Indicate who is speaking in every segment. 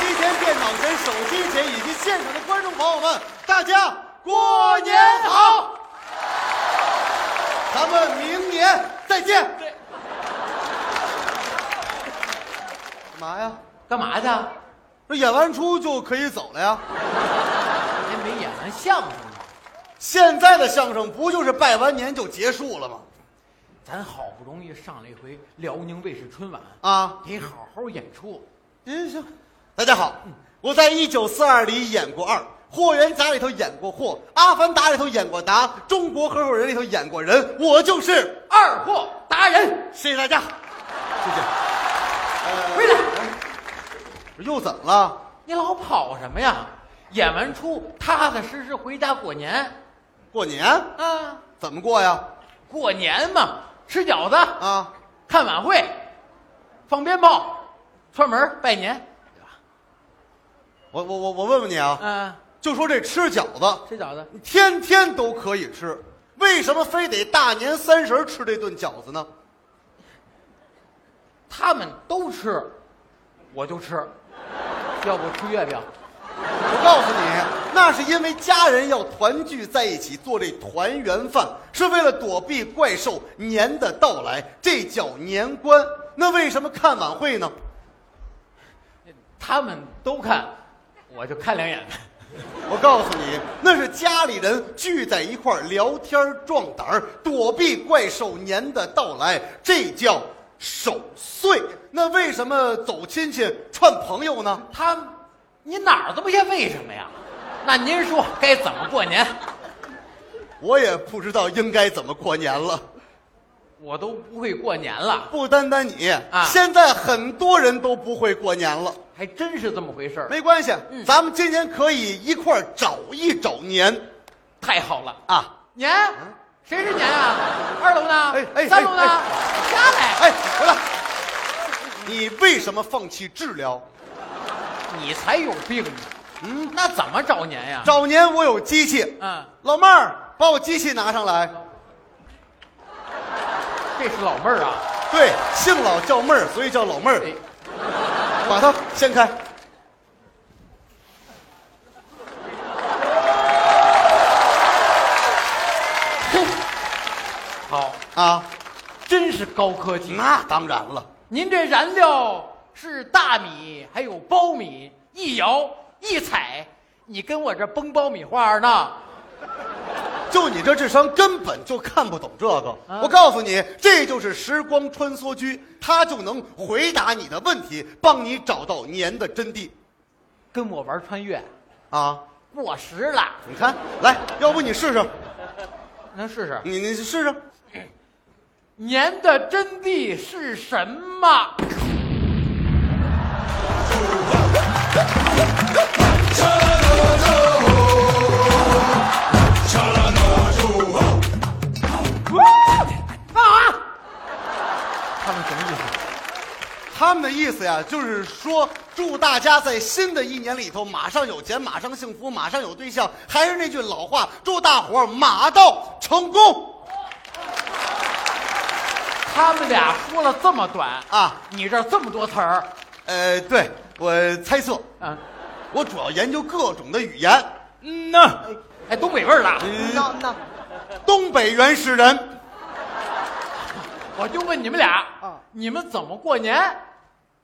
Speaker 1: 脑前、手机前以及现场的观众朋友们，大家过年好！咱们明年再见。干嘛呀？
Speaker 2: 干嘛去？啊
Speaker 1: 这演完出就可以走了呀？
Speaker 2: 您没演完相声呢，
Speaker 1: 现在的相声不就是拜完年就结束了吗？
Speaker 2: 咱好不容易上了一回辽宁卫视春晚，
Speaker 1: 啊，
Speaker 2: 得好好演出。
Speaker 1: 嗯，行。大家好，我在《一九四二》里演过二，《霍元甲》里头演过霍，《阿凡达》里头演过达，《中国合伙人》里头演过人，我就是
Speaker 2: 二货达人，
Speaker 1: 谢谢大家。谢谢。
Speaker 2: 回来！
Speaker 1: 又怎么了？
Speaker 2: 你老跑什么呀？演完出踏踏实实回家过年
Speaker 1: 过年
Speaker 2: 啊！
Speaker 1: 怎么过呀？
Speaker 2: 过年嘛，吃饺子，
Speaker 1: 啊，
Speaker 2: 看晚会，放鞭炮，串门拜年，对吧？
Speaker 1: 我我我我问问你啊，
Speaker 2: 嗯、
Speaker 1: 就说这吃饺子，
Speaker 2: 吃饺子，
Speaker 1: 你天天都可以吃，为什么非得大年三十吃这顿饺子呢？
Speaker 2: 他们都吃，我就吃，要不出月饼。
Speaker 1: 我告诉你，那是因为家人要团聚在一起做这团圆饭，是为了躲避怪兽年的到来，这叫年关。那为什么看晚会呢？
Speaker 2: 他们都看，我就看两眼。
Speaker 1: 我告诉你，那是家里人聚在一块儿聊天儿壮胆儿，躲避怪兽年的到来，这叫守岁。那为什么走亲戚串朋友呢？
Speaker 2: 他，你哪儿都不些为什么呀？那您说该怎么过年？
Speaker 1: 我也不知道应该怎么过年了。
Speaker 2: 我都不会过年了，
Speaker 1: 不单单你，
Speaker 2: 啊
Speaker 1: 现在很多人都不会过年了。
Speaker 2: 还真是这么回事儿。
Speaker 1: 没关系，咱们今天可以一块儿找一找年
Speaker 2: 太好了，
Speaker 1: 啊！
Speaker 2: 年，谁是年啊？二楼呢？
Speaker 1: 哎哎
Speaker 2: 三楼呢？
Speaker 1: 哎
Speaker 2: 下来，
Speaker 1: 哎，回来，你为什么放弃治疗？
Speaker 2: 你才有病呢。嗯，那怎么找年呀？
Speaker 1: 找年我有机器，
Speaker 2: 嗯，
Speaker 1: 老妹儿把我机器拿上来。
Speaker 2: 这是老妹儿啊。
Speaker 1: 对，姓老叫妹儿，所以叫老妹儿。
Speaker 2: 哎，
Speaker 1: 把它掀开。
Speaker 2: 好，
Speaker 1: 啊，
Speaker 2: 真是高科技。
Speaker 1: 那当然了，
Speaker 2: 您这燃料是大米，还有苞米，一摇一踩，你跟我这崩苞米花呢？
Speaker 1: 就你这智商，根本就看不懂这个。
Speaker 2: 啊
Speaker 1: 我告诉你，这就是时光穿梭机，它就能回答你的问题，帮你找到年的真谛。
Speaker 2: 跟我玩穿越，
Speaker 1: 啊，
Speaker 2: 过时了，
Speaker 1: 你看，来，要不你试试，
Speaker 2: 能试试？
Speaker 1: 你你试试。
Speaker 2: 年的真谛是什么？放啊！他们什么意思？
Speaker 1: 他们的意思呀，就是说祝大家在新的一年里头马上有钱，马上幸福，马上有对象。还是那句老话，祝大伙儿马到成功
Speaker 2: 他们俩说了这么短，
Speaker 1: 啊！
Speaker 2: 你这儿这么多词儿，
Speaker 1: 呃，对我猜测，
Speaker 2: 啊，
Speaker 1: 我主要研究各种的语言。嗯呐，
Speaker 2: 哎，东北味儿了。
Speaker 1: 那那，东北原始人，
Speaker 2: 我就问你们俩，你们怎么过年？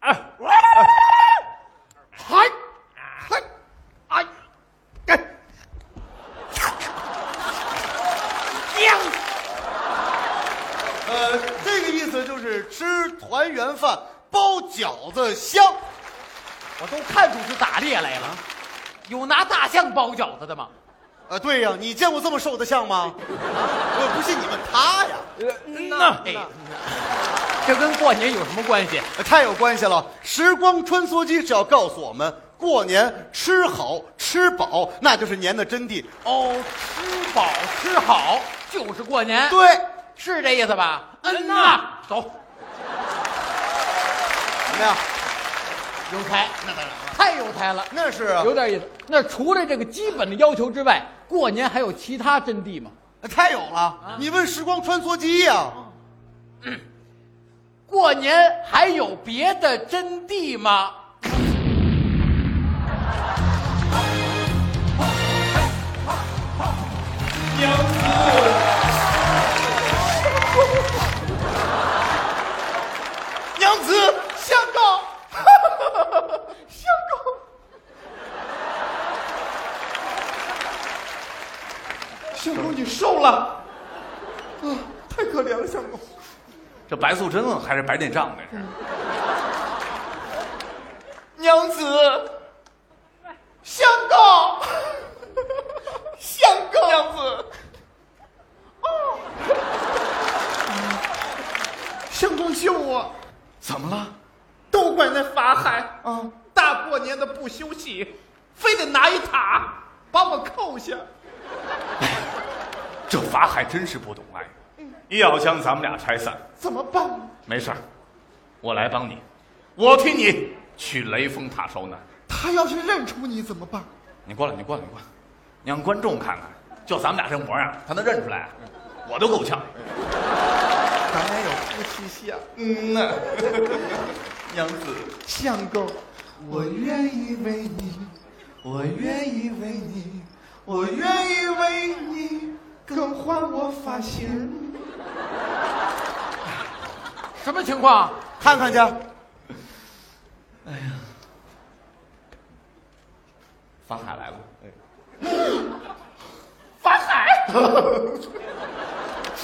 Speaker 2: 哎，嗨，嗨，哎，哎，
Speaker 1: 呃，这个意思就是吃团圆饭，包饺子香。
Speaker 2: 我都看出是打猎来了。有拿大象包饺子的吗？
Speaker 1: 啊，对呀，你见过这么瘦的象吗？啊我不信你问他呀。
Speaker 2: 呃那哎，这跟过年有什么关系？
Speaker 1: 呃太有关系了！时光穿梭机是要告诉我们，过年吃好吃饱，那就是年的真谛。
Speaker 2: 哦，吃饱吃好就是过年，，
Speaker 1: 对，
Speaker 2: 是这意思吧？嗯呐，走，
Speaker 1: 怎么样？
Speaker 2: 有才，那当然了，太有才了。
Speaker 1: 那是啊
Speaker 2: 有点意思。那除了这个基本的要求之外，过年还有其他真谛吗？
Speaker 1: 太有了！你问时光穿梭机呀、
Speaker 2: 过年还有别的真谛吗？
Speaker 3: 相公你瘦了，啊，太可怜了，相公。
Speaker 4: 这白素贞啊还是白内障那是？
Speaker 3: 娘子，相公，相公，娘子，哦，相公救我！
Speaker 4: 怎么了？
Speaker 3: 都怪那法海啊！大过年的不休息，非得拿一塔把我扣下。
Speaker 4: 这法海真是不懂爱，一咬枪咱们俩拆散。
Speaker 3: 怎么办呢？
Speaker 4: 没事儿，我来帮你，我替你去雷峰塔受难。
Speaker 3: 他要是认出你怎么办？
Speaker 4: 你过来，你过来，你过来，你让观众看看，就咱们俩这模样，他能认出来啊？我都够呛。
Speaker 3: 咱俩有夫妻相。
Speaker 4: 嗯呐，娘子，
Speaker 3: 相公，我愿意为你，我愿意为你，我愿意为你更换我发型。
Speaker 2: 什么情况？
Speaker 1: 看看去。
Speaker 4: 法海来了。
Speaker 3: 法海，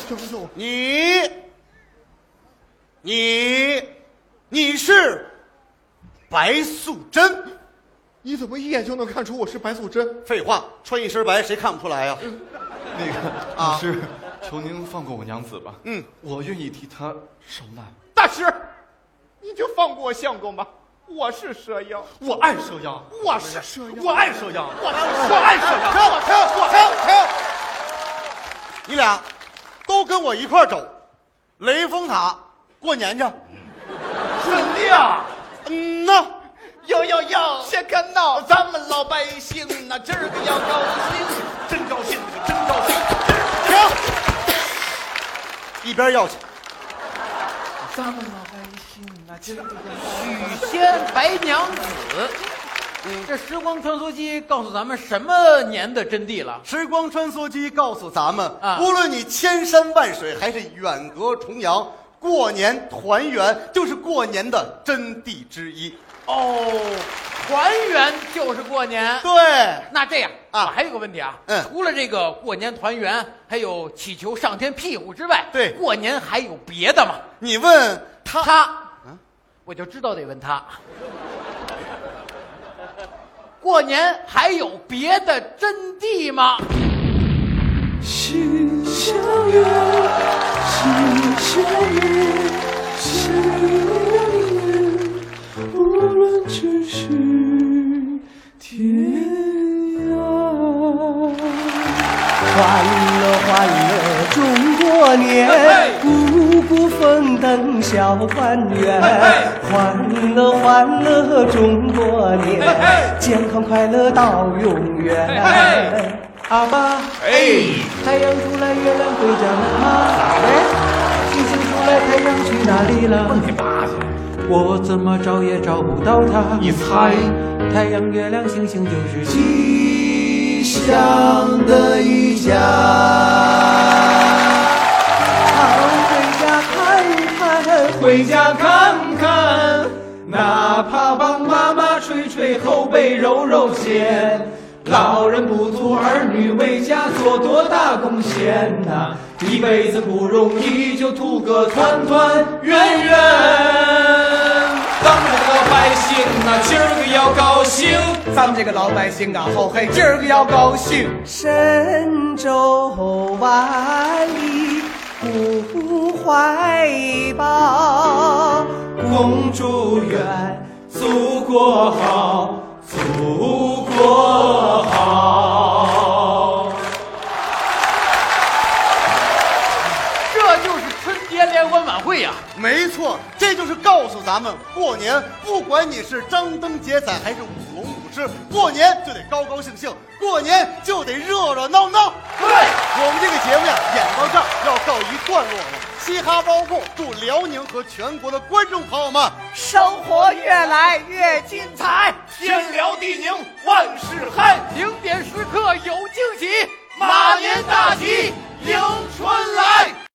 Speaker 3: 这不是我，
Speaker 1: 你，你，你是白素贞？
Speaker 3: 你怎么一眼就能看出我是白素贞？
Speaker 1: 废话，穿一身白，谁看不出来呀、
Speaker 4: 那个
Speaker 1: 啊
Speaker 4: 老师，求您放过我娘子吧。
Speaker 1: 嗯，
Speaker 4: 我愿意替她受难。
Speaker 3: 大师，你就放过我相公吧，我是蛇妖，
Speaker 4: 我爱蛇妖，
Speaker 3: 我是蛇妖，
Speaker 4: 我爱蛇妖，
Speaker 3: 我是我爱蛇妖。
Speaker 1: 停停停停！你俩都跟我一块儿走，雷峰塔过年去。
Speaker 3: 怎的呀？
Speaker 1: 嗯呐，
Speaker 3: 哟哟哟！这个闹，咱们老百姓呐，今儿个要高兴，真高兴，真高兴。
Speaker 1: 停！一边要去。
Speaker 3: 咱们老百姓呐，今儿个
Speaker 2: 许仙白娘子，这时光穿梭机告诉咱们什么年的真谛了？
Speaker 1: 时光穿梭机告诉咱们，
Speaker 2: 啊
Speaker 1: 无论你千山万水还是远隔重洋，过年团圆就是过年的真谛之一。
Speaker 2: 哦，团圆就是过年。
Speaker 1: 对，
Speaker 2: 那这样
Speaker 1: 啊
Speaker 2: 我还有个问题啊，
Speaker 1: 嗯
Speaker 2: 除了这个过年团圆，还有祈求上天庇护之外，
Speaker 1: 对
Speaker 2: 过年还有别的吗？
Speaker 1: 你问他，嗯
Speaker 2: 他，我就知道得问他。 过年还有别的真谛吗？
Speaker 5: 心相约，心相约，相约永远，无论咫尺天涯。欢乐欢乐中国年，五谷丰登小团圆。欢乐欢乐中国年，健康快乐到永远。啊阿爸，
Speaker 4: 哎，
Speaker 5: 太阳出来，月亮会长大。哎星星出来，太阳去哪里了？
Speaker 4: 你爸去。
Speaker 5: 我怎么找也找不到它。
Speaker 4: 你猜，
Speaker 5: 太阳、月亮、星星就是吉祥的一家。好，回家看看，回家看看，哪怕帮妈妈捶捶后背、揉揉肩。老人不足，儿女为家做多大贡献呐、一辈子不容易，就图个团团圆圆。咱们这个老百姓啊，今儿个要高兴；咱们这个老百姓啊，后嘿，今儿个要高兴。神州万里不怀抱，共祝愿祖国好，祖国好。
Speaker 2: 这就是春节联欢晚会呀、
Speaker 1: 没错，这就是告诉咱们，过年不管你是张灯结彩还是舞龙舞狮，过年就得高高兴兴，过年就得热热闹闹。
Speaker 2: 对
Speaker 1: 我们这个节目呀，演到这儿要告一段落了。嘻哈包袱祝辽宁和全国的观众朋友们。
Speaker 2: 生活越来越精彩，
Speaker 4: 天辽地宁，万事嗨。
Speaker 2: 零点时刻有惊喜，马年大吉。